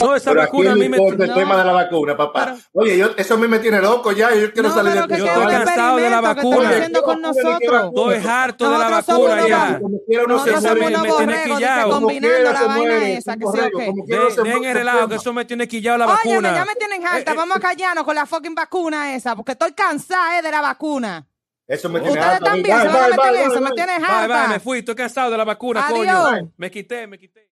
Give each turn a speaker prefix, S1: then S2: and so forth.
S1: No, esa
S2: Pero
S1: vacuna a
S2: aquí
S1: mí
S2: no
S1: me.
S2: importa el
S3: No.
S2: tema de la vacuna, papá. Oye, yo, eso a mí me tiene loco ya. Yo quiero
S3: No,
S2: salir
S3: pero
S2: de
S3: que
S2: aquí.
S1: Yo
S3: sea
S1: estoy
S3: un
S1: cansado de la
S3: experimento que
S1: vacuna.
S3: están haciendo con
S2: Oye, yo-
S3: nosotros.
S2: yo-
S1: Estoy harto de la
S3: Nosotros
S1: vacuna
S3: somos
S1: ya.
S3: unos-
S2: Como quiera uno se
S3: Nosotros
S2: muere.
S3: somos unos
S1: me tiene
S3: borregos,
S1: quillao.
S3: dice,
S1: Como
S3: combinando la vaina esa, que sí o qué.
S2: Como quiera
S1: De-
S2: se
S1: Dejen
S2: muere.
S1: el relajo, que eso me tiene quillado la
S3: Óyeme,
S1: vacuna.
S3: ya me tienen harta.
S1: Eh, eh,
S3: Vamos a callarnos con la fucking vacuna esa, porque estoy cansada eh, de la vacuna.
S2: Eso me tiene
S3: Ustedes
S2: harto.
S3: también se
S2: Bye,
S3: van a
S2: bye,
S3: meter
S2: bye,
S3: en eso,
S2: bye,
S3: me
S2: bye.
S3: tienen
S1: Bye, bye, me
S3: harta.
S1: fui, estoy cansado de la vacuna,
S3: Adiós.
S1: coño. Me quité, me quité.